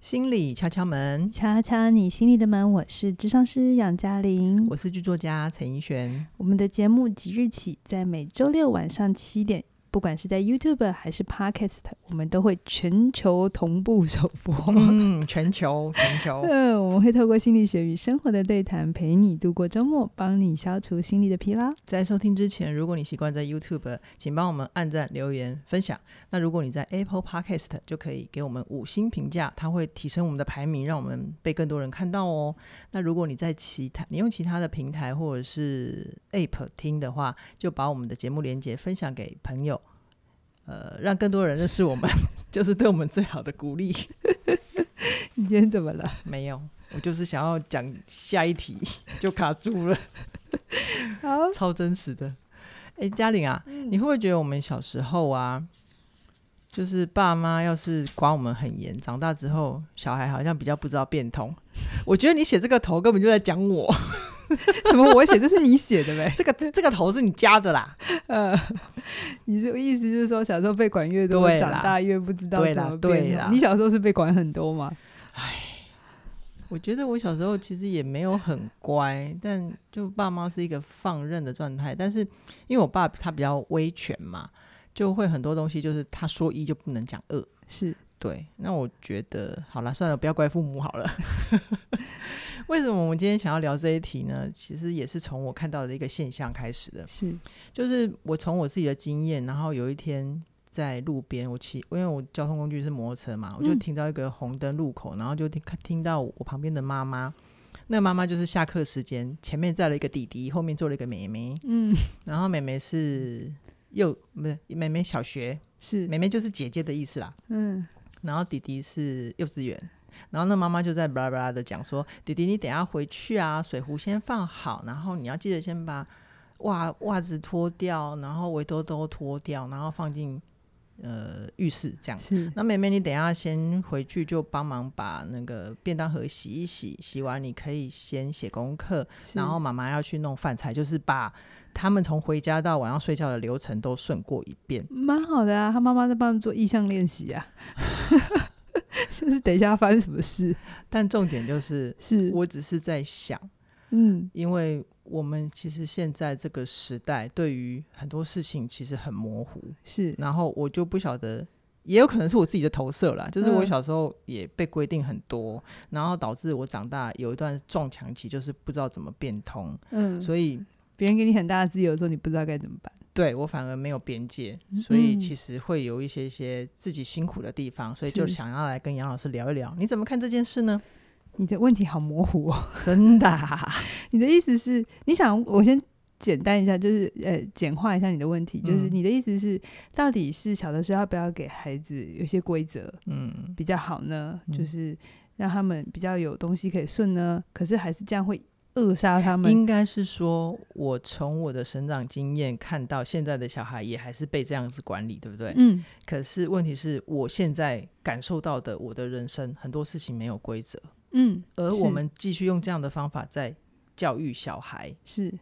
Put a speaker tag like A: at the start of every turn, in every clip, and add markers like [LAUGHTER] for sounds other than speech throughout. A: 心理敲敲门，
B: 敲敲你心里的门，我是智商师杨嘉玲。
A: 我是剧作家陈怡璇。
B: 我们的节目即日起在每周六晚上七点，不管是在 YouTube 还是 Podcast，我们都会全球同步首播。
A: 嗯，全球全球，
B: [LAUGHS] 嗯，我们会透过心理学与生活的对谈，陪你度过周末，帮你消除心理的
A: [LAUGHS]
B: 疲劳。
A: 在收听之前，如果你习惯在 YouTube，请帮我们按赞、留言、分享。那如果你在 Apple Podcast，就可以给我们五星评价，它会提升我们的排名，让我们被更多人看到哦。那如果你在其他，你用其他的平台或者是 App 听的话，就把我们的节目连接分享给朋友，呃，让更多人认识我们， [LAUGHS] 就是对我们最好的鼓励。
B: 你今天怎么了？
A: 没有，我就是想要讲下一题 [LAUGHS] 就卡住 [LAUGHS] 了，
B: 好，
A: 超真实的。哎、嘉玲啊，你会不会觉得我们小时候啊，就是爸妈要是管我们很严，长大之后小孩好像比较不知道变通？ [LAUGHS] 我觉得你写这个头根本就在讲我，
B: [LAUGHS]
A: [LAUGHS]
B: 什么？我写这是你写的呗？
A: 这个这个头是你加的啦。
B: 呃，你是意思就是说小时候被管越多，
A: 对啦
B: 长大越不知道
A: 对
B: 怎
A: 啦
B: 么
A: 对
B: 变
A: 啦
B: 通？你小时候是被管很多吗？
A: 我觉得我小时候其实也没有很乖，但就爸妈是一个放任的状态。但是因为我爸他比较威权嘛，就会很多东西就是他说一就不能讲二。
B: 是，
A: 对，那我觉得好了，算了，不要怪父母好了。 [LAUGHS] 为什么我们今天想要聊这一题呢？其实也是从我看到的一个现象开始的，
B: 是，
A: 就是我从我自己的经验，然后有一天在路边，我骑，因为我交通工具是摩托车嘛，我就
B: 嗯
A: 停到一个红灯路口，然后就听听到我旁边的妈妈，那个妈妈就是下课时间，前面载了一个弟弟，后面坐了一个妹妹，
B: 嗯，
A: 然后妹妹是幼不是妹妹小学，
B: 是，
A: 妹妹就是姐姐的意思啦。
B: 嗯，
A: 然后弟弟是幼稚园，然后那妈妈就在巴拉巴拉的讲说，弟弟你等一下回去啊，水壶先放好，然后你要记得先把袜袜子脱掉，然后围兜兜脱掉，然后放进呃浴室这样。
B: 是，
A: 那妹妹，你等一下先回去就帮忙把那个便当盒洗一洗，洗完你可以先写功课，
B: 是
A: 然后妈妈要去弄饭菜，就是把他们从回家到晚上睡觉的流程都顺过一遍。
B: 蛮好的啊，他妈妈在帮他做意向练习啊， [LAUGHS] 就是等一下发生什么事，
A: 但重点就是，
B: 是，
A: 我只是在想。
B: 嗯，
A: 因为我们其实现在这个时代，对于很多事情其实很模糊，
B: 是，
A: 然后我就不晓得，也有可能是我自己的投射啦，就是我
B: 嗯
A: 小时候也被规定很多，然后导致我长大有一段撞墙期，就是不知道怎么变通，
B: 嗯，
A: 所以
B: 别人给你很大的自由的时候，你不知道该怎么办，
A: 对我反而没有边界，所以
B: 嗯
A: 其实会有一些些自己辛苦的地方，所以就是想要来跟杨老师聊一聊，你怎么看这件事呢？
B: 你的问题好模糊哦， [LAUGHS]
A: 真的、啊，
B: 你的意思是，你想我先。简单一下，就是呃，简化一下你的问题，就是
A: 嗯
B: 你的意思是，到底是小的时候要不要给孩子有些规则
A: [LAUGHS] 嗯，
B: 比较好呢？
A: 嗯
B: 就是让他们比较有东西可以顺呢？可是还是这样会扼杀他们
A: 应该是说，我从我的成长经验看到，现在的小孩也还是被这样子管理，对不对？
B: 嗯，
A: 可是问题是我现在感受到的，我的人生很多事情没有规则，
B: 嗯，
A: 而
B: 是
A: 我们继续用这样的方法在教育小孩，
B: 是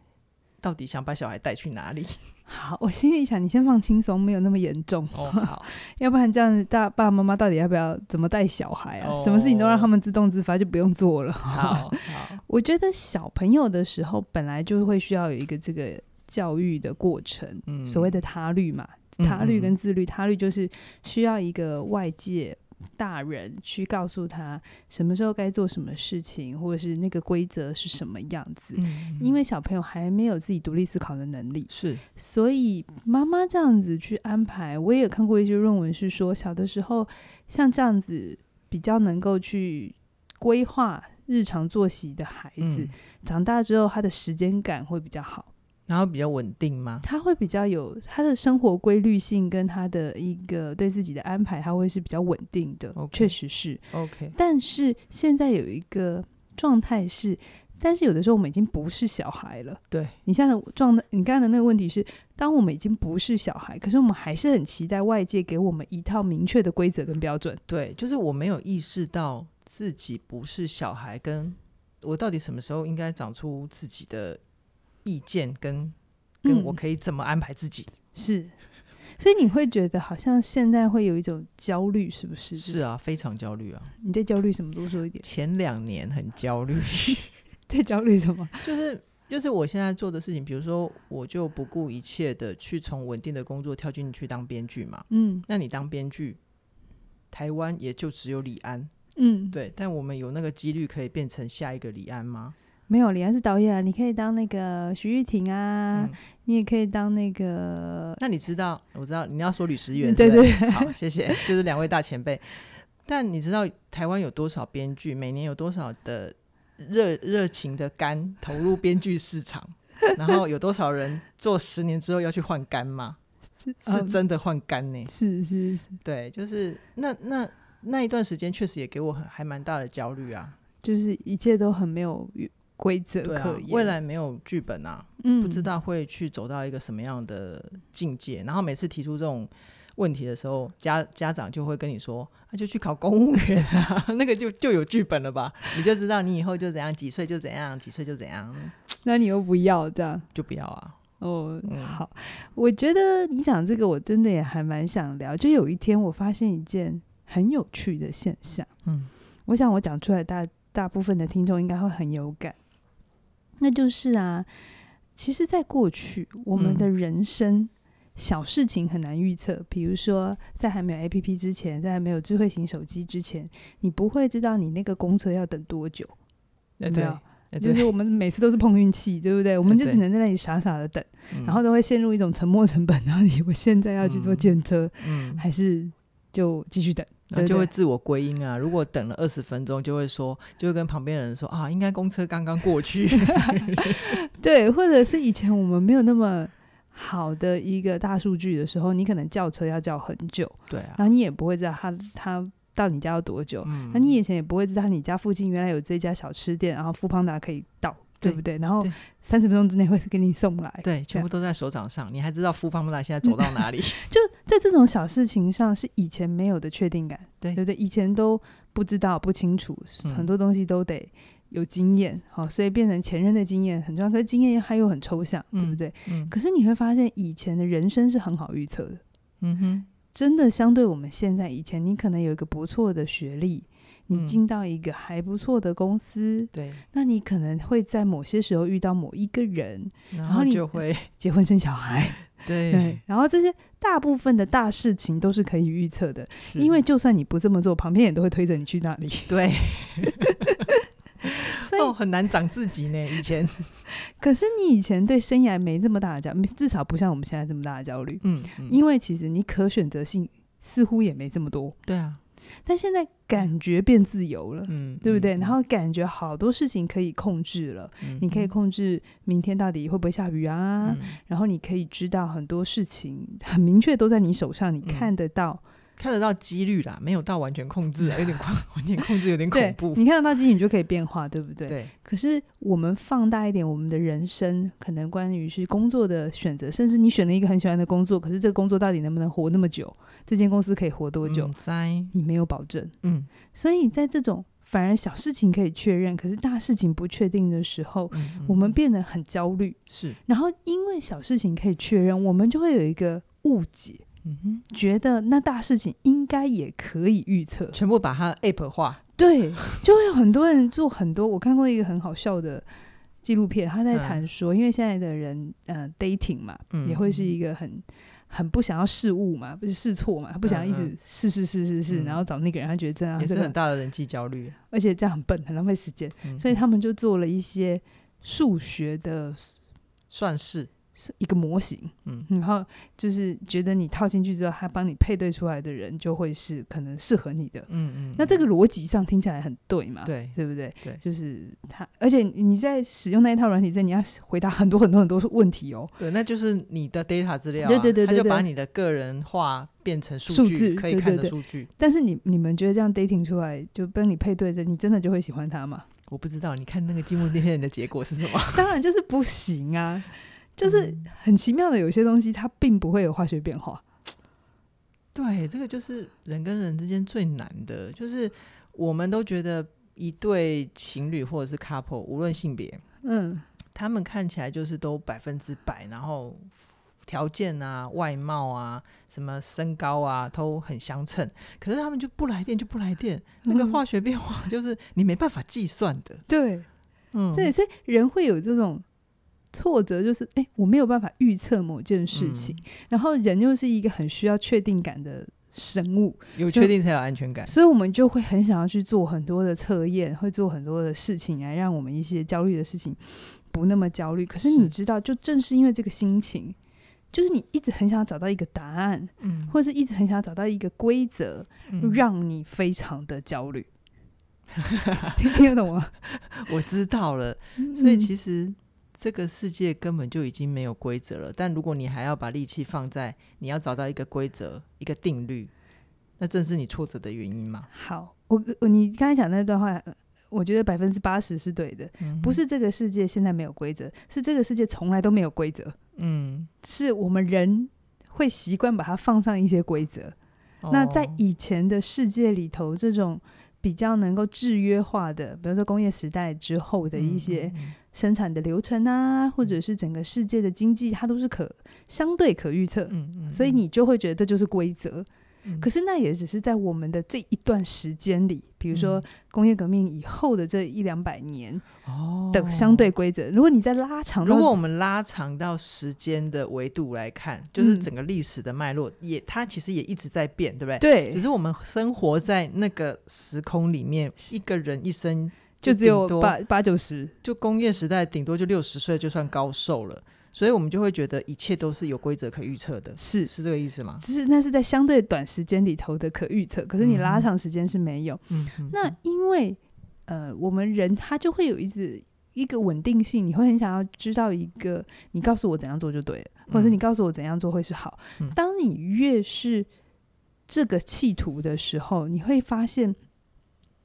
A: 到底想把小孩带去哪里？
B: 好。我心里想，你先放轻松，没有那么严重，
A: 哦，好，
B: 要不然这样子，大爸爸妈妈到底要不要怎么带小孩啊？什么事情都让
A: 哦
B: 他们自动自发，就不用做了。 [LAUGHS]
A: 好，好，
B: 我觉得小朋友的时候，本来就会需要有一个这个教育的过程，
A: [LAUGHS] 嗯
B: 所谓的他律嘛，
A: 嗯
B: 他律
A: 嗯
B: 跟自律，他律就是需要一个外界。大人去告诉他什么时候该做什么事情，或者是那个规则是什么样子，
A: 嗯
B: 因为小朋友还没有自己独立思考的能力，
A: 是
B: 所以妈妈这样子去安排，我也看过一些论文是说，小的时候像这样子比较能够去规划日常作息的孩子，
A: 嗯，
B: 长大之后他的时间感会比较好，
A: 然后比较稳定吗？
B: 他会比较有他的生活规律性跟他的一个对自己的安排，他会是比较稳定的
A: OK
B: 确实是。
A: OK，
B: 但是现在有一个状态是，但是有的时候我们已经不是小孩了。
A: 对，
B: 你现在的状态，你刚才的那个问题是，当我们已经不是小孩，可是我们还是很期待外界给我们一套明确的规则跟标准。
A: 对，就是我没有意识到自己不是小孩，跟我到底什么时候应该长出自己的意见跟，跟
B: 嗯
A: 我可以怎么安排自己。
B: 是，所以你会觉得好像现在会有一种焦虑，是不是？
A: 是啊，非常焦虑啊。
B: 你在焦虑什么？多说
A: [LAUGHS]
B: 一点，
A: 前两年很焦虑， [LAUGHS]
B: 在焦虑什么？
A: 就是就是我现在做的事情，比如说我就不顾一切的去从稳定的工作跳进去当编剧嘛。
B: 嗯
A: 那你当编剧，台湾也就只有李安，
B: 嗯，
A: 对，但我们有那个几率可以变成下一个李安吗？
B: 没有，李安是导演啊，你可以当那个徐玉婷啊，
A: 嗯，
B: 你也可以当那个
A: 那你知道，我知道你要说吕思源，
B: 嗯对
A: 是不是
B: 对
A: 好，谢 [LAUGHS] 谢，就是两位大前辈。但你知道台湾有多少编剧，每年有多少的热热情的肝投入编剧市场，然后有多少人做十年之后要去换肝吗？是
B: 嗯
A: 真的换肝呢、
B: 是是是，
A: 对，就是那那那一段时间确实也给我很还蛮大的焦虑啊。
B: 就是一切都很没有规则
A: 对啊
B: 可言，，
A: 未来没有剧本啊，
B: 嗯
A: 不知道会去走到一个什么样的境界。然后每次提出这种问题的时候，家家长就会跟你说：“那、就去考公务员啊， [LAUGHS] 那个就就有剧本了吧？你就知道你以后就怎样，几岁就怎样，几岁就怎样，
B: 那你又不要这样。
A: 就不要啊。
B: 哦，
A: 嗯
B: 好，我觉得你讲这个，我真的也还蛮想聊。就有一天，我发现一件很有趣的现象，”
A: 嗯，
B: 我想我讲出来大，大部分的听众应该会很有感。那就是啊，其实，在过去，我们
A: 嗯
B: 的人生、小事情很难预测。比如说，在还没有 A P P 之前，在还没有智慧型手机之前，你不会知道你那个公车要等多久，
A: 哎
B: 有没
A: 对，
B: 有
A: 哎
B: 就
A: 对，哎
B: 是我们每次都是碰运气，对不对？我们就
A: 对
B: 只能在那里傻傻的等。
A: 嗯
B: 然后都会陷入一种沉没成本， [LAUGHS] 然后你我现在要去坐
A: 嗯
B: 电车，
A: 嗯，
B: 还是就继续等？
A: 然
B: 对
A: 后就
B: 对
A: 会自我归因啊。如果等了二十分钟，就会说，就会跟旁边的人说：“啊，应该公车刚刚过
B: [LAUGHS]
A: 去。
B: 对，或者是以前我们没有那么好的一个大数据的时候，你可能叫车要叫很久，”
A: 对啊，
B: 然后你也不会知道他他到你家要多久。
A: 嗯
B: [LAUGHS] 那你以前也不会知道你家附近原来有这家小吃店，然后富邦达可以到，对
A: 对
B: 不对？然后
A: 对
B: 三十分钟之内会是给你送来。
A: 对，全部都在手掌上，你还知道富邦达现在走到哪
B: [LAUGHS]
A: 里？
B: 就在这种小事情上，是以前没有的确定感，
A: 对
B: 不对？以前都不知道、不清楚，
A: 嗯
B: 很多东西都得有经验，好、所以变成前任的经验很重要，可是经验它又很抽象，对不
A: 嗯
B: 对？
A: 嗯
B: 可是你会发现，以前的人生是很好预测的，
A: 嗯哼，
B: 真的相对我们现在，以前你可能有一个不错的学历。你
A: 嗯
B: 进到一个还不错的公司，
A: 对。
B: 那你可能会在某些时候遇到某一个人，
A: 然
B: 后
A: 后
B: 你
A: 就会
B: 结婚生小孩，
A: [LAUGHS]
B: 对
A: 对，，
B: 然后这些大部分的大事情都是可以预测的，
A: 是
B: 因为就算你不这么做，旁边人都会推着你去那
A: [LAUGHS]
B: 里。
A: 对，
B: [LAUGHS] 所以，
A: 哦，很难长自己呢。以前，
B: 可是你以前对生涯没这么大的焦虑，嗯至少不像我们现在这么大的焦虑，
A: 嗯，
B: 因为其实你可选择性似乎也没这么多。
A: 对啊，
B: 但现在感觉变自由了，
A: 嗯，
B: 对不对？
A: 嗯
B: 然后感觉好多事情可以控制了，你可以，控制明天到底会不会下雨啊，
A: 嗯嗯嗯 [LAUGHS]
B: 然后你可以知道很多事情很明确都在你手上，你
A: 嗯
B: 看得到。
A: 看得到几率啦，没有到完全控
B: [LAUGHS]
A: 制啊，有点控，完全控制有点
B: 对
A: 恐，怖。
B: 你看得到机你就可以变化，对不对？
A: 对，
B: 可是我们放大一点，我们的人生可能关于是工作的选择，甚至你选了一个很喜欢的工作，可是这个工作到底能不能活那么久？这间公司可以活多久？
A: 嗯在，
B: 你没有保证。
A: 嗯
B: 所以在这种反而小事情可以确认，可是大事情不确定的时候，
A: 嗯，嗯
B: 我们
A: 嗯
B: 变得很焦虑。
A: 是，
B: 然后因为小事情可以确认，我们就会有一个误解，
A: 嗯哼，
B: 觉得那大事情应该也可以预测。
A: 全部把它 app 化， [LAUGHS]
B: 对，就会有很多人做很多。我看过一个很好笑的纪录片，他在
A: 嗯
B: 谈说，因为现在的人呃 dating 嘛，
A: 嗯
B: 也会是一个很很不想要试误嘛，不是试错嘛，他不想要一
A: 嗯
B: 直
A: 嗯
B: 试试试试试，
A: 嗯
B: 然后找那个人，他觉得这样
A: 也
B: 啊这
A: 是
B: 个
A: 很大的人际焦虑。
B: 而且这样很笨，很浪费时间，
A: 嗯
B: 所以他们就做了一些数学的
A: 算是，
B: 一个模型，
A: 嗯
B: 然后就是觉得你套进去之后，他帮你配对出来的人就会是可能适合你的。
A: 嗯嗯，
B: 那这个
A: 嗯
B: 逻辑上听起来很对嘛？
A: 对
B: 对不对？
A: 对
B: 就是它，而且你在使用那一套软体之前，你要回答很多很多很多问题哦，
A: 对，那就是你的 data 资料啊，
B: 对对对对
A: 他就
B: 对
A: 把你的个人化变成
B: 数字
A: 据，可以
B: 对
A: 看
B: 对
A: 的
B: 对
A: 数据。
B: 但是你你们觉得这样 dating 出来就帮你配对的，你真的就会喜欢他吗？ [LAUGHS]
A: 我不知道，你看那个积木裂变的结果是什么？
B: 当然就是不行啊，就是很奇妙的，有些东西它并不会有化学变化。
A: 对，这个就是人跟人之间最难的，就是我们都觉得一对情侣或者是 couple，无论性别，
B: 嗯，
A: 他们看起来就是都百分之百，然后条件啊、外貌啊、什么身高啊都很相称，可是他们就不来电就不来电，那个
B: 嗯
A: 化学变化就是你没办法计算的。
B: 对
A: 嗯，
B: 对，所以人会有这种挫折，就是哎、诶我没有办法预测某件事情，然后人又是一个很需要确定感的生物，
A: 有
B: 就
A: 确定才有安全感。
B: 所以我们就会很想要去做很多的测验，会做很多的事情来让我们一些焦虑的事情不那么焦虑。可是你
A: 是
B: 知道，就正是因为这个心情，就是你一直很想找到一个答案，
A: 嗯，
B: 或是一直很想找到一个规则，
A: 嗯
B: 让你非常的焦虑。 [LAUGHS] 听听得懂吗？
A: [LAUGHS] 我知道了。所以
B: 实
A: 其实这个世界根本就已经没有规则了。但如果你还要把力气放在你要找到一个规则、一个定律，那正是你挫折的原因嘛。
B: 好，我我你刚才讲那段话，呃我觉得百分之八十是对的，
A: 嗯
B: 不，是这个世界现在没有规则，是这个世界从来都没有规则。
A: 嗯，
B: 是我们人会习惯把它放上一些规则。那在
A: 哦
B: 以前的世界里头，这种比较能够制约化的，比如说工业时代之后的一些，
A: 嗯嗯嗯
B: 生产的流程啊，或者是整个世界的经济，它都是可相对可预测。
A: 嗯嗯嗯
B: 所以你就会觉得这就是规则，
A: 嗯
B: 可是那也只是在我们的这一段时间里，比如说
A: 嗯
B: 工业革命以后的这一两百年
A: 哦
B: 的相。对规则。如果你再拉长到，
A: 如果我们拉长到时间的维度来看，就是
B: 嗯
A: 整个历史的脉络，也它其实也一直在变，对不对？
B: 对，
A: 只是我们生活在那个时空里面，一个人一生
B: 就只有
A: 顶多
B: 八八九十，
A: 就工业时代顶多就六十岁就算高寿了，所以我们就会觉得一切都是有规则可预测的，
B: 是
A: 是这个意思吗？
B: 只是那是在相对短时间里头的可预测，可是你拉
A: 嗯
B: 长时间是没有。
A: 嗯，
B: 那因为呃，我们人他就会有一直一个稳定性，你会很想要知道一个，你告诉我怎样做就对了，或者是
A: 嗯
B: 你告诉我怎样做会是好。
A: 嗯
B: 当你越是这个企图的时候，你会发现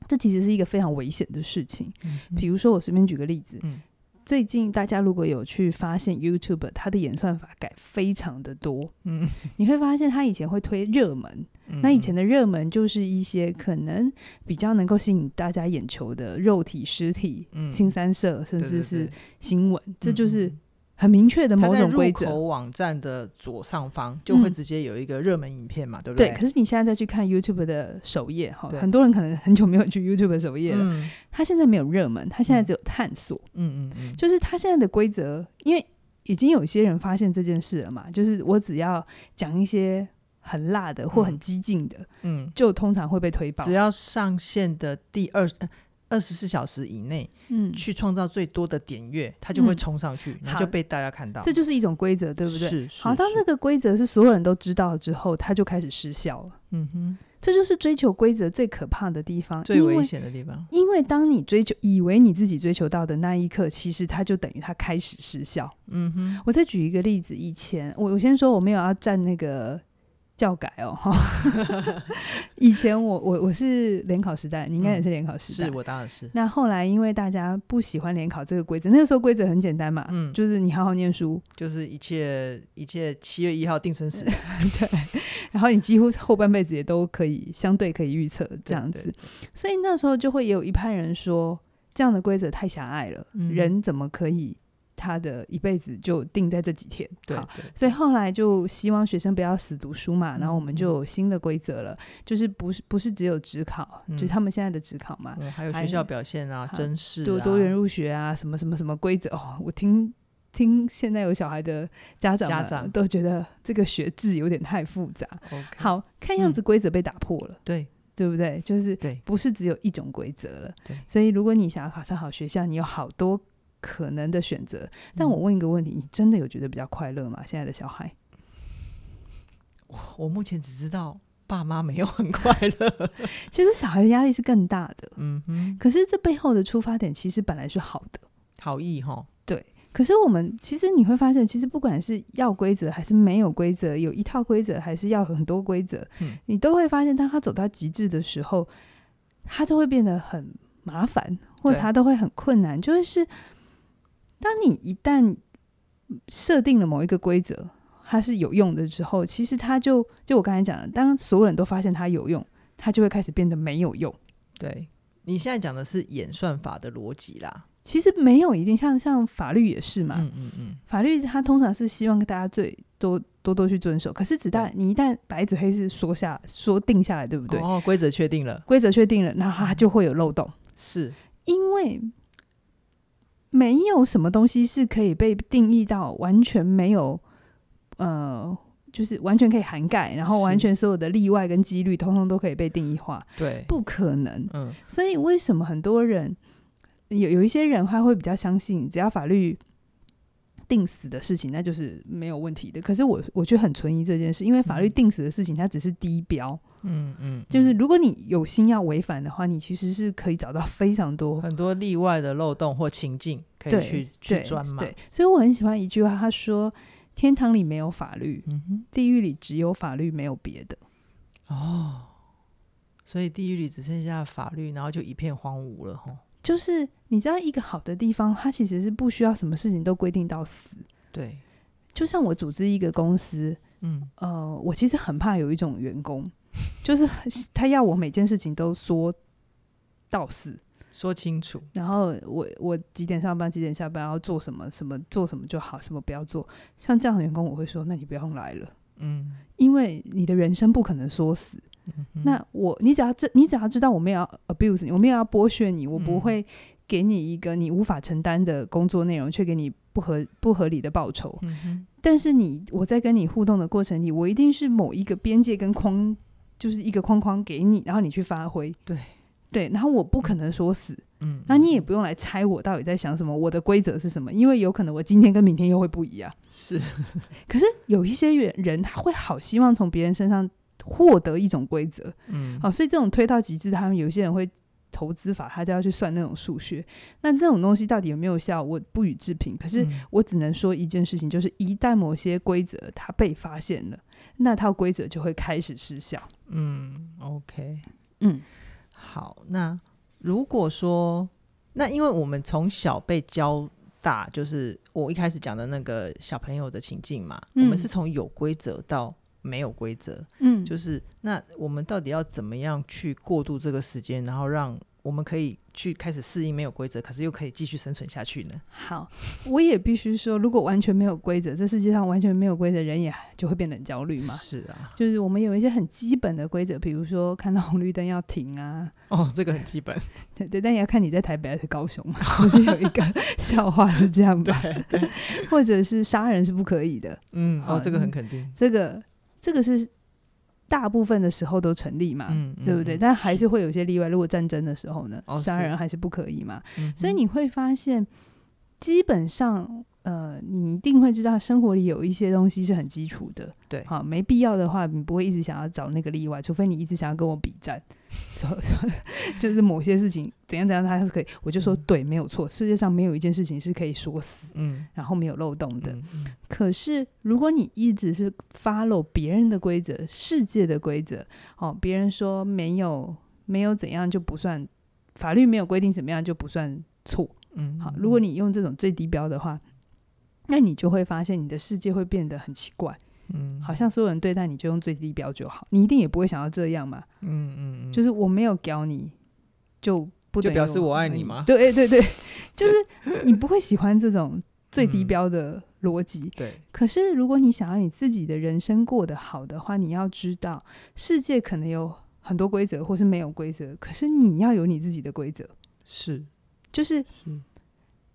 B: 这其实是一个非常危险的事情。比如说，我随便举个例子，
A: 嗯
B: 最近大家如果有去发现 YouTube 它的演算法改非常的多，
A: 嗯，
B: 你会发现它以前会推热门，那以前
A: 的
B: 的热门就是一些可能比较能够吸引大家眼球的肉体、尸体、
A: 嗯
B: 新三社，甚至是新闻，这就是
A: 嗯
B: 很明确的
A: 它
B: 某
A: 在
B: 种
A: 入
B: 规则。
A: 口网站的左上方就会
B: 嗯
A: 直接有一个热门影片嘛，对不嗯
B: 对，
A: 对，
B: 可是你现在再去看 YouTube 的首页哈，
A: 对
B: 很多人可能很久没有去 YouTube 的首页了。
A: 嗯
B: 它现在没有热门，它现在
A: 嗯
B: 只有探索。
A: 嗯嗯嗯，
B: 就是他现在的规则，因为已经有一些人发现这件事了嘛，就是我只要讲一些很辣的或很激进的，
A: 嗯，
B: 就通常会被推爆
A: 只。要上线的第二二十四小时以内
B: 嗯，
A: 去创造最多的点阅，它就会
B: 嗯
A: 冲上去，然后
B: 好
A: 就被大家看到，
B: 这就是一种规则，对不对？
A: 是是
B: 好，当这
A: 是
B: 个规则是所有人都知道之后，它就开始失效了。
A: 嗯哼，
B: 这就是追求规则最可怕的地方，
A: 最
B: 因
A: 危
B: 为
A: 险的地方，
B: 因为当你追求以为你自己追求到的那一刻，其实它就等于它开始失效。
A: 嗯哼，
B: 我再举一个例子，以前我我先说我没有要站那个教改哦，
A: [LAUGHS]
B: 哈，以前我我我是联考时代，你应该也是联考时代。
A: 嗯是我当然是，
B: 那后来因为大家不喜欢联考这个规则，那个时候规则很简单嘛，
A: 嗯
B: 就是你好好念书，
A: 就是一切一切七月一号定生死
B: 嗯然后你几乎后半辈子也都可以相对可以预测这样子。
A: 对对
B: 所以那时候就会有一派人说，这样的规则太狭隘了，
A: 嗯
B: 人怎么可以他的一辈子就定在这几天？
A: 对
B: 好
A: 对
B: 所以后来就希望学生不要死读书嘛，
A: 嗯
B: 然后我们就有新的规则了，就是不是不是只有职考，
A: 嗯
B: 就是他们现在的职考嘛，
A: 嗯还有
B: 啊还
A: 学校表现啊，
B: 好
A: 真是
B: 多多元入学啊，什么什么什么规则哦，我听。听现在有小孩的家长们
A: 家长
B: 都觉得这个学制有点太复杂。
A: OK，
B: 好看样子规则被打破了，
A: 对
B: 对不对？就是
A: 对
B: 不是只有一种规则了。
A: 对
B: 所以如果你想要考上好学校，你有好多可能的选择。但我
A: 嗯
B: 问一个问题，你真的有觉得比较快乐吗？现在的小孩？
A: 我目前只知道爸妈没有很快乐， [LAUGHS]
B: 其实小孩的压力是更大的，
A: 嗯哼，
B: 可是这背后的出发点其实本来是好的，
A: 好意哈，
B: 对。可是我们其实你会发现，其实不管是要规则还是没有规则，有一套规则还是要很多规则，
A: 嗯
B: 你都会发现，当他走到极致的时候，他就会变得很麻烦，或者
A: 对
B: 他都会很困难。就是当你一旦设定了某一个规则，它是有用的之后，其实它就就我刚才讲的，当所有人都发现它有用，它就会开始变得没有用。
A: 对你现在讲的是演算法的逻辑啦，
B: 其实没有一定，像像法律也是嘛，
A: 嗯嗯嗯，
B: 法律它通常是希望大家最多多多去遵守，可是只但
A: 对
B: 你一旦白纸黑字说下说定下来，对不对？
A: 哦，嗯规则确定了，
B: 规则确定了，那它就会有漏洞，
A: 是
B: 因为没有什么东西是可以被定义到完全没有，呃，就是完全可以涵盖，然后
A: 是
B: 完全所有的例外跟几率，通通都可以被定义化，
A: 对，
B: 不可能。
A: 嗯，
B: 所以为什么很多人有有一些人他会比较相信，只要法律定死的事情，那就是没有问题的。可是我我却很存疑这件事，因为法律
A: 嗯
B: 定死的事情，它只是低标，
A: 嗯嗯，
B: 就是
A: 嗯
B: 如果你有心要违反的话，你其实是可以找到非常多。
A: 嗯很多例外的漏洞或情境可以
B: 对
A: 去去
B: 对
A: 钻嘛，
B: 对，所以我很喜欢一句话，他说：“天堂里没有法律，
A: 嗯哼。
B: 地狱里只有法律，没有别的。
A: 哦，所以地狱里只剩下法律，然后就一片荒芜了，吼。”
B: 就是你知道，一个好的地方，它其实是不需要什么事情都规定到死。
A: 对，
B: 就像我组织一个公司，
A: 嗯，
B: 呃，我其实很怕有一种员工，就是 [LAUGHS] 他要我每件事情都说到死，
A: 说清楚，
B: 然后我我几点上班，几点下班，然后做什么什么做什么就好，什么不要做。像这样的员工，我会说，那你不用来了，
A: 嗯，
B: 因为你的人生不可能说死。
A: 嗯哼
B: 那我你只要知，你只要知道我没有要 abuse 你，我没有要剥削你，我不
A: 嗯
B: 会给你一个你无法承担的工作内容，却给你不合不合理的报酬。
A: 嗯哼，
B: 但是你我在跟你互动的过程里，我一定是某一个边界跟框，就是一个框框给你，然后你去发挥。
A: 对
B: 对，然后我不可能说死，
A: 嗯，
B: 那你也
A: 嗯
B: 不用来猜我到底在想什么，我的规则是什么，因为有可能我今天跟明天又会不一样。
A: 是，
B: 可是有一些人人他会好希望从别人身上获得一种规则，哦
A: 嗯，
B: 好，所以这种推到极致，他们有些人会投资法，他就要去算那种数学。那这种东西到底有没有效，我不予置评。可是
A: 嗯，
B: 我只能说一件事情，就是一旦某些规则它被发现了，那套规则就会开始失效。
A: 嗯，OK，
B: 嗯，
A: 好，那如果说，那因为我们从小被教大，就是我一开始讲的那个小朋友的情境嘛，我们
B: 嗯
A: 是从有规则到没有规则，
B: 嗯
A: 就是那我们到底要怎么样去过渡这个时间，然后让我们可以去开始适应没有规则，可是又可以继续生存下去呢？
B: 好，我也必须说，如果完全没有规则，这世界上完全没有规则，人也就会变得很焦虑嘛。
A: 是啊，
B: 就是我们有一些很基本的规则，比如说看到红绿灯要停啊，
A: [LAUGHS] 哦，这个很基
B: [LAUGHS]
A: 本，
B: 对对，但也要看你在台北还是高雄嘛。不是有一个 [LAUGHS] 笑话是这样吧？或者是杀人是不可以的，
A: 嗯，哦，
B: 好
A: 这个很肯定，
B: 这个这个是大部分的时候都成立嘛。
A: 嗯，
B: 对不对？
A: 嗯
B: 但还是会有一些例外。如果战争的时候呢
A: 哦，
B: 杀、
A: 是
B: 人还是不可以嘛。
A: 嗯
B: 所以
A: 哼
B: 你会发现，基本上，呃，你一定会知道生活里有一些东西是很基础的。
A: 对
B: 好，没必要的话，你不会一直想要找那个例外，除非你一直想要跟我比战。所所 [LAUGHS] 就是某些事情怎样怎样，它是可以。我就说
A: 嗯
B: 对，没有错，世界上没有一件事情是可以说死，
A: 嗯
B: 然后没有漏洞的。
A: 嗯嗯
B: 可是，如果你一直是 follow 别人的规则、世界的规则，哦，别人说没有没有怎样就不算，法律没有规定怎么样就不算错。
A: 嗯，
B: 好，
A: 嗯
B: 如果你用这种最低标的话，那你就会发现你的世界会变得很奇怪，
A: 嗯
B: 好像所有人对待你就用最低标就好，你一定也不会想要这样嘛。
A: 嗯嗯嗯，
B: 就是我没有教你，就不
A: 就
B: 等于
A: 表示我爱
B: 恨
A: 你吗
B: 对对 [LAUGHS] 对，就是你不会喜欢这种最
A: 嗯
B: 低标的逻辑。
A: 对，
B: 可是，如果你想要你自己的人生过得好的话，你要知道，世界可能有很多规则，或是没有规则。可是，你要有你自己的规则，
A: 是
B: 就是
A: 是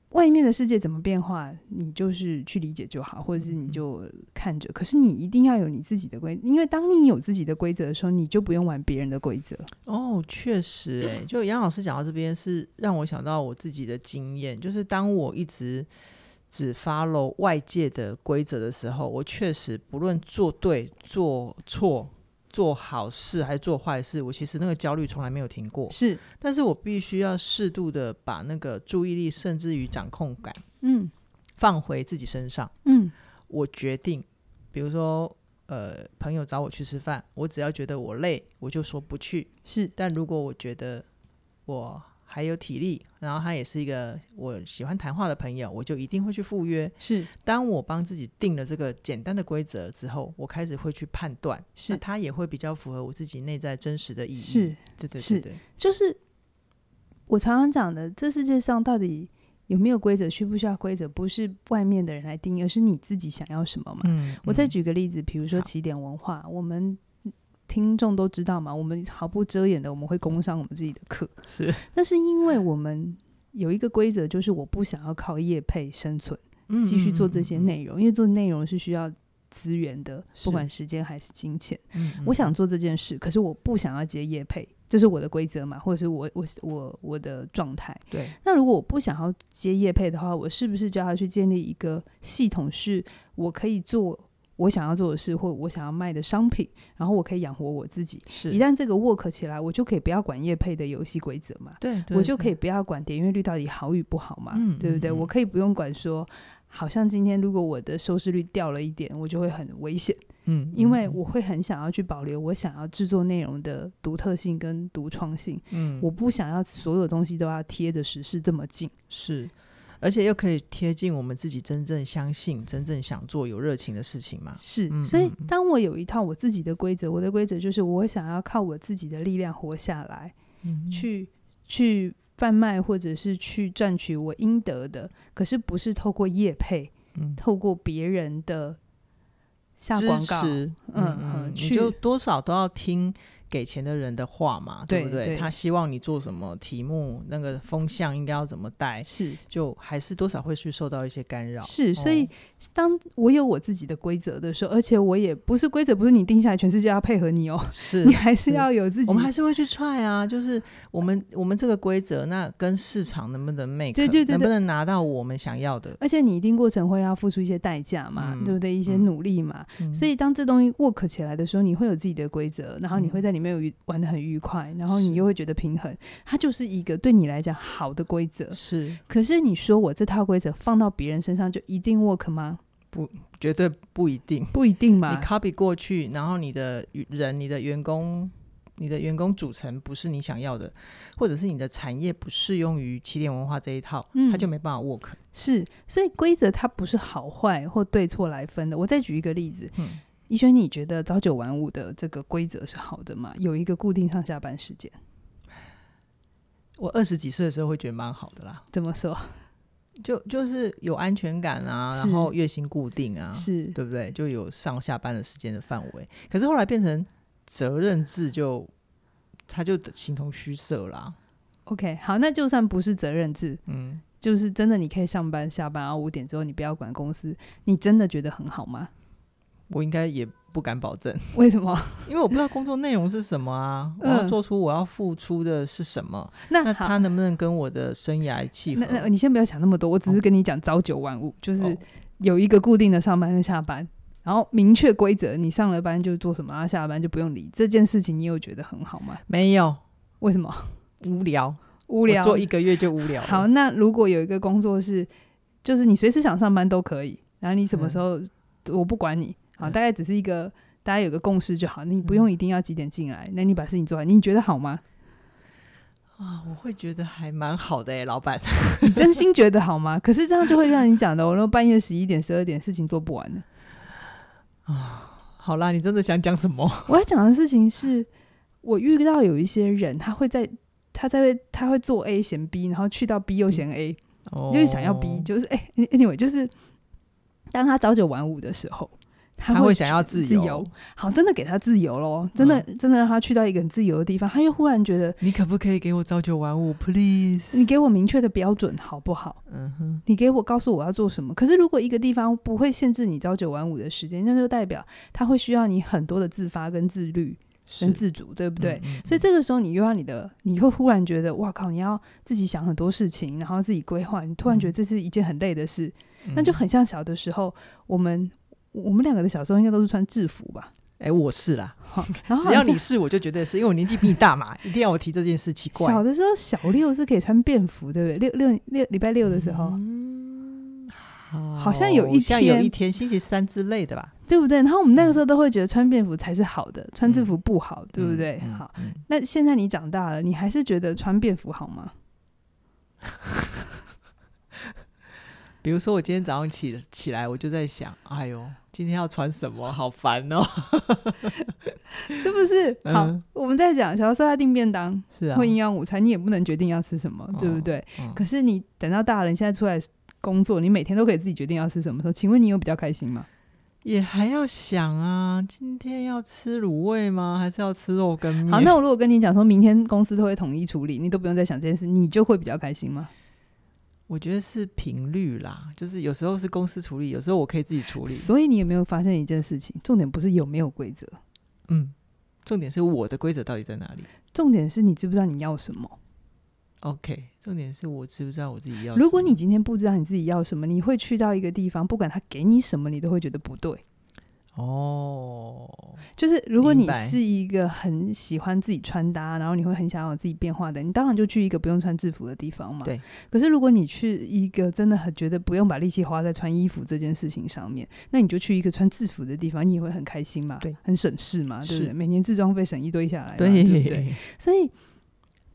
B: 外面的世界怎么变化，你就是去理解就好，或者
A: 嗯
B: 是你就看着。可是，你一定要有你自己的规，因为当你有自己的规则的时候，你就不用玩别人的规则。
A: 哦，确实、欸，就杨老师讲到这边，是让我想到我自己的经验，就是当我一直只 follow 外界的规则的时候，我确实不论做对、做错、做好事还是做坏事，我其实那个焦虑从来没有停过。
B: 是，
A: 但是我必须要适度的把那个注意力，甚至于掌控感
B: 嗯
A: 放回自己身上。
B: 嗯
A: 我决定，比如说，呃，朋友找我去吃饭，我只要觉得我累，我就说不去。
B: 是，
A: 但如果我觉得我还有体力，然后他也是一个我喜欢谈话的朋友，我就一定会去赴约。
B: 是
A: 当我帮自己定了这个简单的规则之后，我开始会去判断，那
B: 是
A: 它也会比较符合我自己内在真实的意义。
B: 是，
A: 对对对
B: 是
A: 对，
B: 就是我常常讲的，这世界上到底有没有规则，需不需要规则，不是外面的人来定义，而是你自己想要什么嘛。
A: 嗯，
B: 我再
A: 嗯
B: 举个例子，比如说
A: 好
B: 起点文化，我们听众都知道嘛，我们毫不遮掩的我们会攻上我们自己的课，
A: 是，
B: 那是因为我们有一个规则，就是我不想要靠业配生存，
A: 嗯
B: 继续做这些，内容，因为做内容是需要资源的，
A: 是
B: 不管时间还是金钱。
A: 嗯嗯嗯
B: 我想做这件事，可是我不想要接业配，这是我的规则嘛，或者是我我我我的状态。
A: 对，
B: 那如果我不想要接业配的话，我是不是就要去建立一个系统，是我可以做我想要做的事，或我想要卖的商品，然后我可以养活我自己？
A: 是
B: 一旦这个 work 起来，我就可以不要管业配的游戏规则嘛，
A: 对，
B: 我就可
A: 以
B: 以不要管点阅率到底好与不好嘛，
A: 嗯
B: 对不对？
A: 嗯嗯
B: 我可以不用管说，好像今天如果我的收视率掉了一点，我就会很危险。
A: 嗯，
B: 因为
A: 嗯
B: 我会很想要去保留我想要制作内容的独特性跟独创性，
A: 嗯
B: 我不想要所有东西都要贴着时事这么近。
A: 是，而且又可以贴近我们自己真正相信、真正想做、有热情的事情嘛。
B: 是，
A: 嗯
B: 所以
A: 嗯嗯
B: 当我有一套我自己的规则，我的规则就是我想要靠我自己的力量活下来，
A: 嗯
B: 去去贩卖或者是去赚取我应得的，可是不是透过业配，
A: 嗯
B: 透过别人的下
A: 支
B: 广
A: 持，
B: 告。
A: 嗯
B: 嗯
A: 嗯，你
B: 去
A: 就多少都要听给钱的人的话嘛，
B: 对
A: 不对？
B: 对
A: 他希望你做什么题目，那个风向应该要怎么带，
B: 是
A: 就还是多少会去受到一些干扰。
B: 是，所
A: 哦
B: 以当我有我自己的规则的时候，而且我也不是规则，不是你定下来，全世界要配合你哦，
A: 是
B: 你还
A: 是
B: 是要有自己。
A: 我们还是会去 try 啊，就是我们我们这个规则，那跟市场能不能 make，
B: 对对对
A: 能不
B: 对
A: 能拿到我们想要的？
B: 而且你一定过程会要付出一些代价嘛，
A: 嗯
B: 对不对？一些
A: 嗯
B: 努力嘛，
A: 嗯
B: 所以当这东西 work 起来的时候，你会有自己的规则，然后你
A: 嗯
B: 会在里面有愉玩的很愉快，然后
A: 是
B: 你又会觉得平衡。它就是一个对你来讲好的规则。
A: 嗯是
B: 可是你说我这套规则放到别人身上就一定 work 吗？
A: 绝对不一定。
B: 不一定
A: 你
B: 嘛。
A: copy 过去，然后你的与人、你的员工、你的员工组成不是你想要的，或者是你的产业不适用于起点文化这一套，
B: 嗯
A: 它就没办法 work。
B: 是，所以规则它不是好坏或对错来分的。我再举一个例子，
A: 嗯，
B: 怡轩，你觉得朝九晚五的这个规则是好的吗？有一个固定上下班时间，
A: 我二十几岁的时候会觉得蛮好的啦，
B: 怎么说？
A: 啊就就是有安全感啊，
B: 是
A: 然后月薪固定啊，
B: 是
A: 对不对？就有上下班的时间的范围。可是后来变成责任制就，它就形同虚设啦。
B: OK，好，那就算不是责任制，
A: 嗯，
B: 就是真的你可以上班下班，然后五点之后你不要管公司，你真的觉得很好吗？
A: 我应该也不敢保证。
B: 为什么？ [LAUGHS]
A: 因为我不知道工作内容是什么啊，我
B: 嗯
A: 要做出我要付出的是什么， [LAUGHS] 那
B: 那好，
A: 它能不能跟我的生涯契合
B: 那？那你先不要想那么多，我只是
A: 哦
B: 跟你讲朝九晚五，就是有一个固定的上班跟下班。然后明确规则，你上了班就做什么，然后下了班就不用理这件事情，你有觉得很好吗？
A: 没有
B: 为
A: [LAUGHS]
B: 什么？
A: 无聊，
B: 无聊
A: 我，做一个月就无聊了。
B: 好，那如果有一个工作是，就是你随时想上班都可以，然后你什么时候、我不管你，好，
A: 嗯
B: 大概只是一个大家有个共识就好，你不用一定要几点进来，那你把事情做完，你觉得好吗？
A: 啊，我会觉得还蛮好的哎、老板。 [LAUGHS]
B: 你真心觉得好吗？可是这样就会让你讲的，我都半夜十一点、十二点事情做不完了。
A: 好啦，你真的想讲什
B: [LAUGHS]
A: 么？
B: 我要讲的事情是，我遇到有一些人，他会在。他在为他会做 A 嫌 B，然后去到 B 又嫌 A，、
A: 哦
B: 就是想要 B，就是哎、anyway，就是当他朝九晚五的时候，他
A: 他会想要
B: 觉得
A: 自
B: 自
A: 由嗯
B: 由，好，真的给他自由咯，真的、真的让他去到一个很自由的地方，他又忽然觉得，
A: 你可不可以给我朝九晚五，please？
B: 你给我明确的标准好不好？
A: 嗯哼，
B: 你给我告诉我要做什么。可是如果一个地方不会限制你朝九晚五的时间，那就代表他会需要你很多的自发跟自律跟自主，对不对？
A: 嗯，嗯
B: 所以这个时候，你又要你的，你会忽然觉得，哇靠！你要自己想很多事情，然后自己规划。你突然觉得这是一件很累的事，
A: 嗯
B: 那就很像小的时候，我们我们两个的小时候应该都是穿制服
A: [LAUGHS]
B: 吧？
A: 哎、我是啦，
B: 好，然后
A: 只
B: 好
A: 要
B: 像
A: 你是，我就绝对是，因为我年纪比你大
B: [LAUGHS]
A: 嘛，一定要我提这件事，奇怪。
B: 小的时候，小六是可以穿便服，对不对？六六六礼拜六的时候，
A: 嗯，好
B: 好像有一
A: 像有
B: 天
A: 一天星期三之类的吧，
B: 对不对？然后我们那个时候都会觉得穿便服才是好的，穿制服不好，对不
A: 嗯
B: 对？
A: 嗯
B: 好，
A: 嗯
B: 那现在你长大了，你还是觉得穿便服好吗？
A: 比如说，我今天早上起起来，我就在想，哎呦，今天要穿什么，好烦
B: [LAUGHS]
A: 哦。
B: 是不是？好，
A: 嗯
B: 我们再讲，小时候他订便当
A: 是啊，
B: 或营养午餐，你也不能决定要吃什么，对不
A: 哦
B: 对？
A: 嗯
B: 可是你等到大人现在出来工作，你每天都可以自己决定要吃什么时候，请问你有比较开心吗？
A: 也还要想啊，今天要吃卤味吗？还是要吃肉羹面？
B: 好，那我如果跟你讲说明天公司都会统一处理，你都不用再想这件事，你就会比较开心吗？
A: 我觉得是频率啦，就是有时候是公司处理，有时候我可以自己处理。
B: 所以你有没有发现一件事情？重点不是有没有规则，
A: 嗯，重点是我的规则到底在哪里
B: 重点是你知不知道你要什么。
A: ？OK，重点是我知不知道我自己要什么。
B: 如果你今天不知道你自己要什么，你会去到一个地方，不管他给你什么，你都会觉得不对。
A: 哦，
B: 就是如果
A: 明
B: 你
A: 白
B: 是一个很喜欢自己穿搭，然后你会很想要有自己变化的，你当然就去一个不用穿制服的地方嘛。
A: 对。
B: 可是如果你去一个真的很觉得不用把力气花在穿衣服这件事情上面，那你就去一个穿制服的地方，你也会很开心嘛，
A: 对，
B: 很省事嘛，对不对？
A: 是
B: 每年自装费省一堆下来嘛，
A: 对
B: 对不
A: [LAUGHS]
B: 对？所以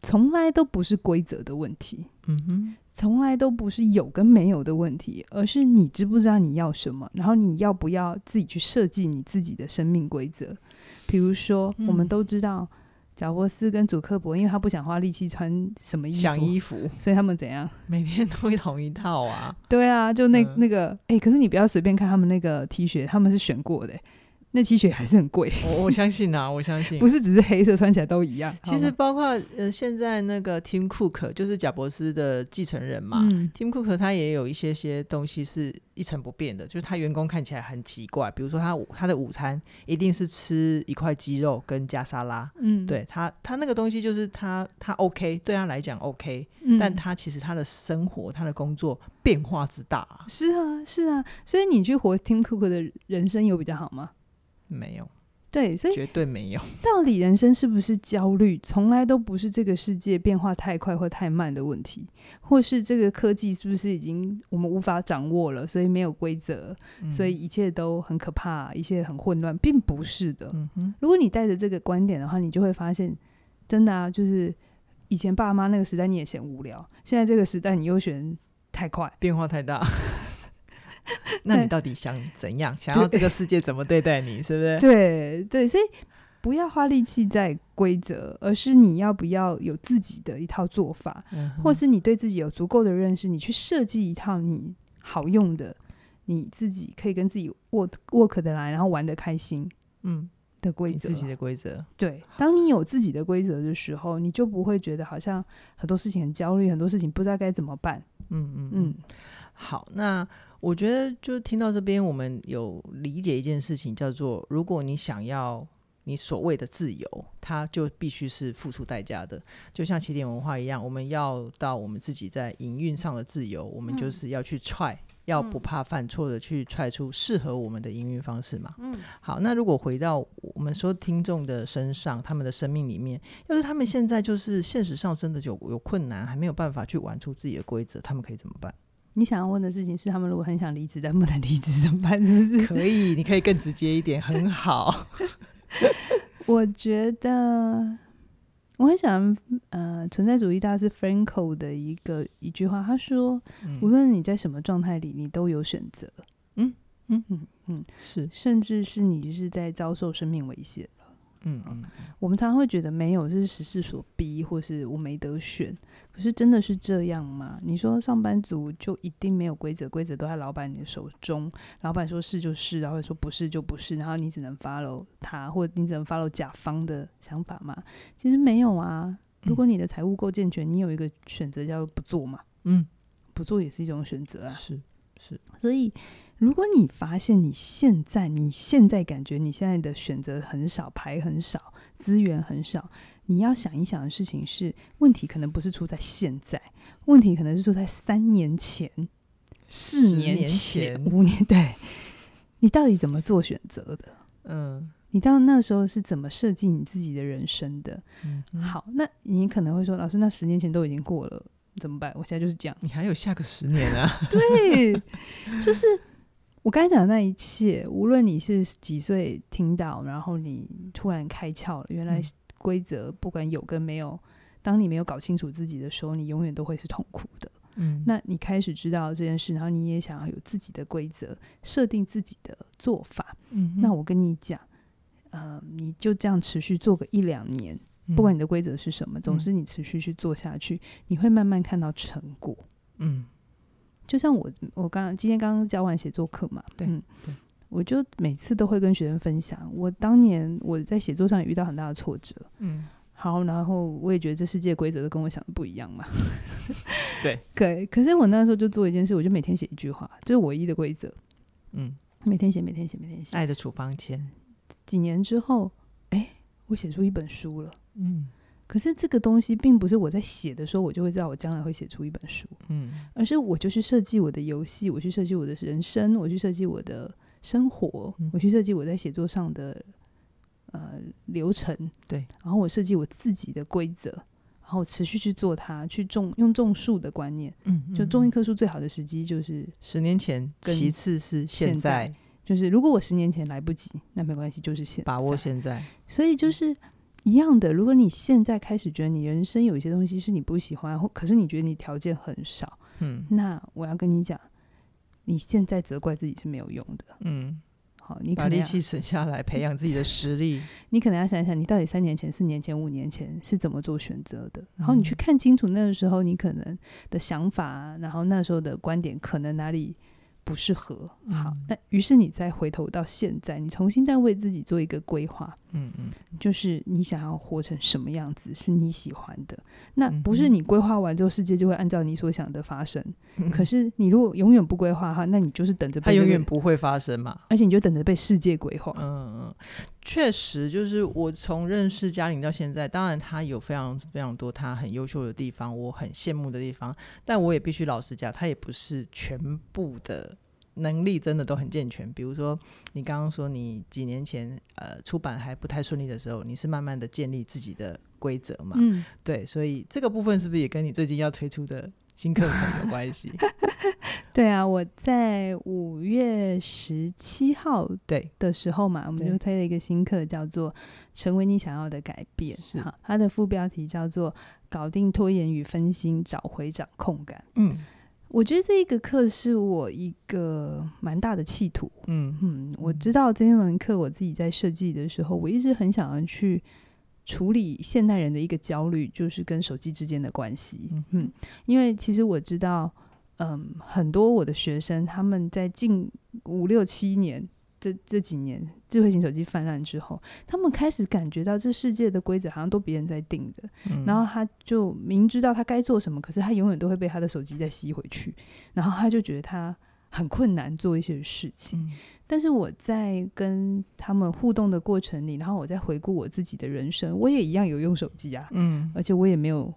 B: 从来都不是规则的问题，
A: 嗯哼，
B: 从来都不是有跟没有的问题，而是你知不知道你要什么，然后你要不要自己去设计你自己的生命规则。比如说，
A: 嗯
B: 我们都知道贾伯斯跟祖克伯，因为他不想花力气穿什么衣服，
A: 想衣服 [LAUGHS]
B: 所以他们怎样？
A: 每天都会同一套啊，
B: 对啊，就那、
A: 嗯
B: 那个，哎、可是你不要随便看他们那个 T 恤，他们是选过的、那 T 恤还是很贵，
A: 我我相信啊，我相信。
B: 不是只是黑色穿起来都一样。
A: 其实
B: 好吗
A: 包括呃，现在那个 Tim Cook 就是贾伯斯的继承人嘛、
B: 嗯，
A: t i m Cook 他也有一些些东西是一成不变的，就是他员工看起来很奇怪，比如说他午他的午餐一定是吃一块鸡肉跟加沙拉，
B: 嗯，
A: 对他他那个东西就是他他 OK 对他来讲 OK，、
B: 嗯，
A: 但他其实他的生活他的工作变化之大、啊，
B: 是啊，是啊，所以你去活 Tim Cook 的人生有比较好吗？
A: 没有
B: 对，所以
A: 绝对没
B: [LAUGHS]
A: 有，
B: 到底人生是不是焦虑，从来都不是这个世界变化太快或太慢的问题，或是这个科技是不是已经我们无法掌握了，所以没有规则，
A: 嗯
B: 所以一切都很可怕，一切很混乱，并不是的。
A: 嗯哼
B: 如果你带着这个观点的话，你就会发现，真的啊，就是以前爸妈那个时代你也嫌无聊，现在这个时代你又嫌太快。
A: 变化太大。
B: [LAUGHS]
A: 那你
B: 对
A: 到底想怎样？想要这个世界怎么对待你？是不 [LAUGHS] 是？
B: 对对，所以不要花力气在规则，而是你要不要有自己的一套做法，
A: 嗯哼
B: 或是你对自己有足够的认识，你去设计一套你好用的，你自己可以跟自己 work work 的来，然后玩的开心
A: 嗯，
B: 的规
A: 你
B: 则。
A: 自己的规则，
B: 对，当你有自己的规则的时候，你就不会觉得好像很多事情很焦虑，很多事情不知道该怎么办。
A: 嗯嗯嗯
B: 嗯。
A: 好，那我觉得就听到这边，我们有理解一件事情，叫做如果你想要你所谓的自由，它就必须是付出代价的。就像起点文化一样，我们要到我们自己在营运上的自由，我们就
B: 嗯
A: 是要去 try，、要不怕犯错的去 try 出适合我们的营运方式嘛。
B: 嗯
A: 好，那如果回到我们说听众的身上，他们的生命里面，要是他们现在就是现实上真的有有困难，还没有办法去玩出自己的规则，他们可以怎么办？
B: 你想要问的事情是，他们如果很想离职但不能离职怎么办？是不是？
A: 可以，你可以更直接一点，很好。
B: 我觉得呃我很喜欢呃，存在主义大师 Franco 的一个一句话，他说：“无
A: 嗯，
B: 论你在什么状态里，你都有选择。
A: 嗯嗯
B: 嗯嗯，
A: 是，
B: 甚至是你是在遭受生命威胁。
A: 嗯嗯，
B: 我们常常会觉得没有是时势所逼，或是我没得选。可是真的是这样吗？你说上班族就一定没有规则，规则都在老板你的手中，老板说是就是，然后说不是就不是，然后你只能 follow 他，或者你只能 follow 甲方的想法吗？其实没有啊。如果你的财务够健全，你有一个选择叫不做嘛，
A: 嗯，
B: 不做也是一种选择啊。
A: 是是，
B: 所以，如果你发现你现在，你现在感觉你现在的选择很少，牌很少，资源很少，你要想一想的事情是，问题可能不是出在现在，问题可能是出在三年前、四
A: 十年
B: 前、
A: 前
B: 五年，对你到底怎么做选择的？
A: 嗯
B: 你到那时候是怎么设计你自己的人生的？
A: 嗯，嗯，
B: 好，那你可能会说，老师，那十年前都已经过了，怎么办？我现在就是这样。
A: 你还有下个十年啊？
B: 对， [LAUGHS] 就是我刚才讲的那一切，无论你是几岁听到，然后你突然开窍了，原来
A: 嗯
B: 规则不管有跟没有，当你没有搞清楚自己的时候，你永远都会是痛苦的。
A: 嗯，
B: 那你开始知道这件事，然后你也想要有自己的规则，设定自己的做法。
A: 嗯哼
B: 那我跟你讲，呃，你就这样持续做个一两年，
A: 嗯
B: 不管你的规则是什么，总之你持续去做下去，你会慢慢看到成果。
A: 嗯
B: 就像我，我刚今天刚刚教完写作课嘛，
A: 对
B: 嗯
A: 对
B: 我就每次都会跟学生分享，我当年我在写作上也遇到很大的挫折，
A: 嗯
B: 好，然后我也觉得这世界规则都跟我想的不一样嘛。 [LAUGHS]
A: 对，
B: 可可是我那时候就做一件事，我就每天写一句话，这是唯一的规则，
A: 嗯，
B: 每天写，每天写，每天写。
A: 爱的处方签，
B: 几年之后，哎，我写出一本书了。
A: 嗯
B: 可是这个东西并不是我在写的时候，我就会知道我将来会写出一本书，
A: 嗯
B: 而是我就去设计我的游戏，我去设计我的人生，我去设计我的生活，
A: 嗯
B: 我去设计我在写作上的呃流程，
A: 对，
B: 然后我设计我自己的规则，然后持续去做它，去种用种树的观念，
A: 嗯，
B: 就种一
A: 嗯
B: 棵树最好的时机就是
A: 十年前，
B: 跟
A: 其次是现
B: 在
A: 在，
B: 就是如果我十年前来不及，那没关系，就是现
A: 把握
B: 在
A: 现在，
B: 所以就是一样的，如果你现在开始觉得你人生有一些东西是你不喜欢，或可是你觉得你条件很少，
A: 嗯
B: 那我要跟你讲，你现在责怪自己是没有用的。
A: 嗯，
B: 好，你
A: 把
B: 可能
A: 力
B: 要
A: 气省下来，培养自己的实力，
B: 你可能要想一想，你到底三年前、四年前、五年前是怎么做选择
A: 嗯
B: 的，然后你去看清楚那个时候你可能的想法，啊然后那时候的观点可能哪里不适合。好
A: 嗯，
B: 那于是你再回头到现在，你重新再为自己做一个规划。
A: 嗯嗯
B: 就是你想要活成什么样子是你喜欢的，那
A: 嗯哼
B: 不是你规划完之后世界就会按照你所想的发生。
A: 嗯，
B: 可是你如果永远不规划哈，那你就是等着被
A: 它
B: 这
A: 永
B: 个
A: 远，不会发生嘛。
B: 而且你就等着被世界规划。
A: 嗯，嗯，确实，就是我从认识嘉玲到现在，当然她有非常非常多她很优秀的地方，我很羡慕的地方，但我也必须老实讲，她也不是全部的。能力真的都很健全，比如说你刚刚说你几年前呃出版还不太顺利的时候，你是慢慢的建立自己的规则嘛？
B: 嗯，
A: 对，所以这个部分是不是也跟你最近要推出的新课程有关系？
B: 对啊，我在五月十七号
A: 对，
B: 的时候嘛，我们
A: 对
B: 就推了一个新课，叫做《成为你想要的改变》。
A: 是
B: 哈，它的副标题叫做“搞定拖延与分心，找回掌控感”。
A: 嗯
B: 我觉得这一个课是我一个蛮大的企图。
A: 嗯
B: 嗯，我
A: 嗯
B: 知道这一门课我自己在设计的时候，我一直很想要去处理现代人的一个焦虑，就是跟手机之间的关系。
A: 嗯
B: 嗯，因为其实我知道，嗯，很多我的学生他们在近五六七年。这这几年智慧型手机泛滥之后，他们开始感觉到这世界的规则好像都别人在定的，
A: 嗯，
B: 然后他就明知道他该做什么，可是他永远都会被他的手机再吸回去，然后他就觉得他很困难做一些事情。
A: 嗯
B: 但是我在跟他们互动的过程里，然后我在回顾我自己的人生，我也一样有用手机啊，
A: 嗯，
B: 而且我也没有，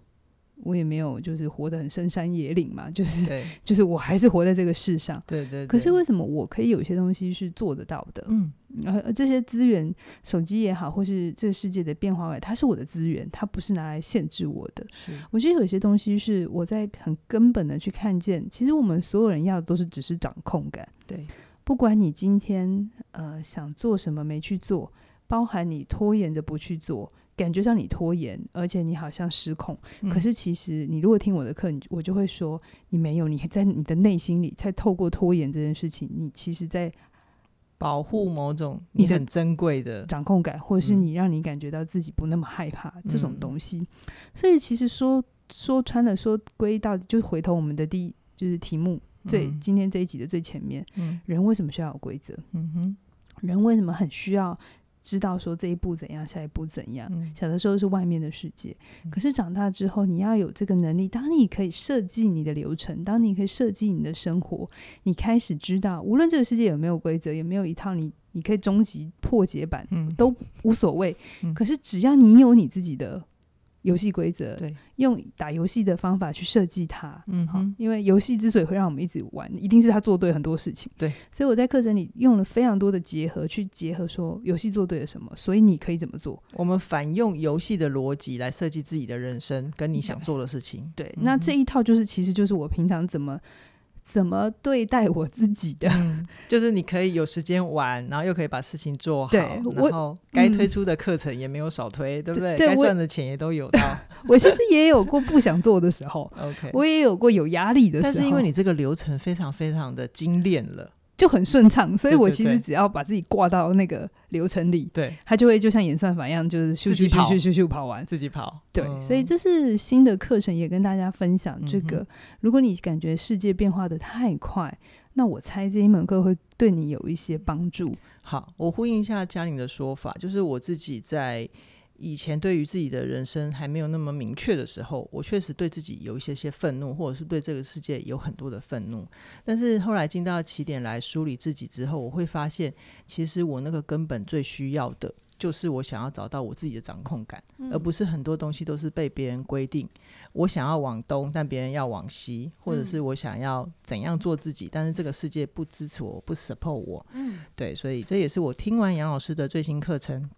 B: 我也没有就是活得很深山野岭嘛， [LAUGHS] 就是
A: 对
B: 就是我还是活在这个世上。
A: 对对，
B: 可是
A: 对
B: 为什么我可以有一些东西是做得到的？
A: 嗯
B: 而、而这些资源，手机也好，或是这个世界的变化外，它是我的资源，它不是拿来限制我的。
A: 是
B: 我觉得有些东西是我在很根本的去看见，其实我们所有人要的都是只是掌控感。
A: 对，
B: 不管你今天呃想做什么没去做，包含你拖延着不去做，感觉上你拖延，而且你好像失控。
A: 嗯
B: 可是其实你如果听我的课，你我就会说你没有，你在你的内心里，在透过拖延这件事情，你其实在
A: 保护某种
B: 你
A: 你
B: 的
A: 很珍贵的，
B: 掌控感，或者是
A: 嗯
B: 你让你感觉到自己不那么害怕、这种
A: 嗯
B: 东西。所以其实说说穿了，说归到就是回头我们的第一就是题目最、
A: 嗯
B: 今天这一集的最前面，
A: 嗯
B: 人为什么需要有规则？
A: 嗯哼，
B: 人为什么很需要知道说这一步怎样，下一步怎样？
A: 嗯
B: 小的时候是外面的世界，
A: 嗯
B: 可是长大之后，你要有这个能力。当你可以设计你的流程，当你可以设计你的生活，你开始知道，无论这个世界有没有规则，有没有一套你你可以终极破解版，
A: 嗯
B: 都无所谓。
A: 嗯
B: 可是只要你有你自己的游戏规则，
A: 对，
B: 用打游戏的方法去设计它，
A: 嗯
B: 好
A: 哼，
B: 因为游戏之所以会让我们一直玩，一定是他做对很多事情。
A: 对，
B: 所以我在课程里用了非常多的结合，去结合说游戏做对了什么，所以你可以怎么做。
A: 我们反用游戏的逻辑来设计自己的人生，跟你想做的事情，
B: 对，那这一套就是其实就是我平常怎么怎么对待我自己的。 [LAUGHS]
A: 就是你可以有时间玩，然后又可以把事情做好，
B: 对我
A: 然后该推出的课程也没有少推，对不对？
B: 对
A: 该
B: 我
A: 赚的钱也都有到。
B: [LAUGHS] 我其实也有过不想做的时候，
A: OK，
B: 我也有哦过有压力的时
A: 但
B: 候，
A: 是因为你这个流程非常非常的精炼了，
B: 就很顺畅，所以
A: 对
B: 我
A: 对
B: 其实
A: 对
B: 只要把自己挂到那个流程里，
A: 对
B: 它就会就像演算法一样，就是咻
A: 自己
B: 咻
A: 跑
B: 咻咻咻咻跑完。
A: 自己跑。
B: 对，
A: 嗯
B: 所以这是新的课程，也跟大家分享这个。
A: 嗯
B: 如果你感觉世界变化的太快，那我猜这一门课会对你有一些帮助。
A: 好，我呼应一下嘉玲的说法，就是我自己在以前对于自己的人生还没有那么明确的时候，我确实对自己有一些些愤怒，或者是对这个世界有很多的愤怒。但是后来进到起点来梳理自己之后，我会发现，其实我那个根本最需要的。就是我想要找到我自己的掌控感，而不是很多东西都是被别人规定。我想要往东，但别人要往西，或者是我想要怎样做自己，但是这个世界不支持我，不 support 我。
B: 嗯，
A: 对，所以这也是我听完杨老师的最新课程《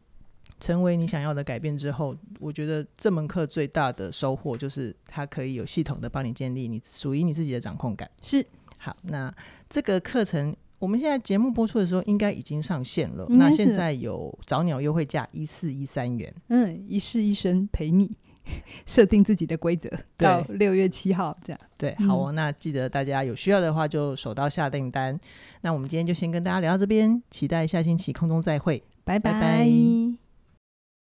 A: 成为你想要的改变》之后，我觉得这门课最大的收获就是它可以有系统的帮你建立你属于你自己的掌控感。
B: 是
A: 好，那这个课程我们现在节目播出的时候应该已经上线了，
B: 应该
A: 那
B: 是
A: 现在有早鸟优惠价一四一三元。
B: 嗯，一世一生陪你 [LAUGHS] 设定自己的规则，
A: 对
B: 到六月七号这样。
A: 对，好
B: 嗯
A: 哦，那记得大家有需要的话就手到下订单。那我们今天就先跟大家聊到这边，期待下星期空中再会。
B: 拜
A: 拜
B: 拜
A: 拜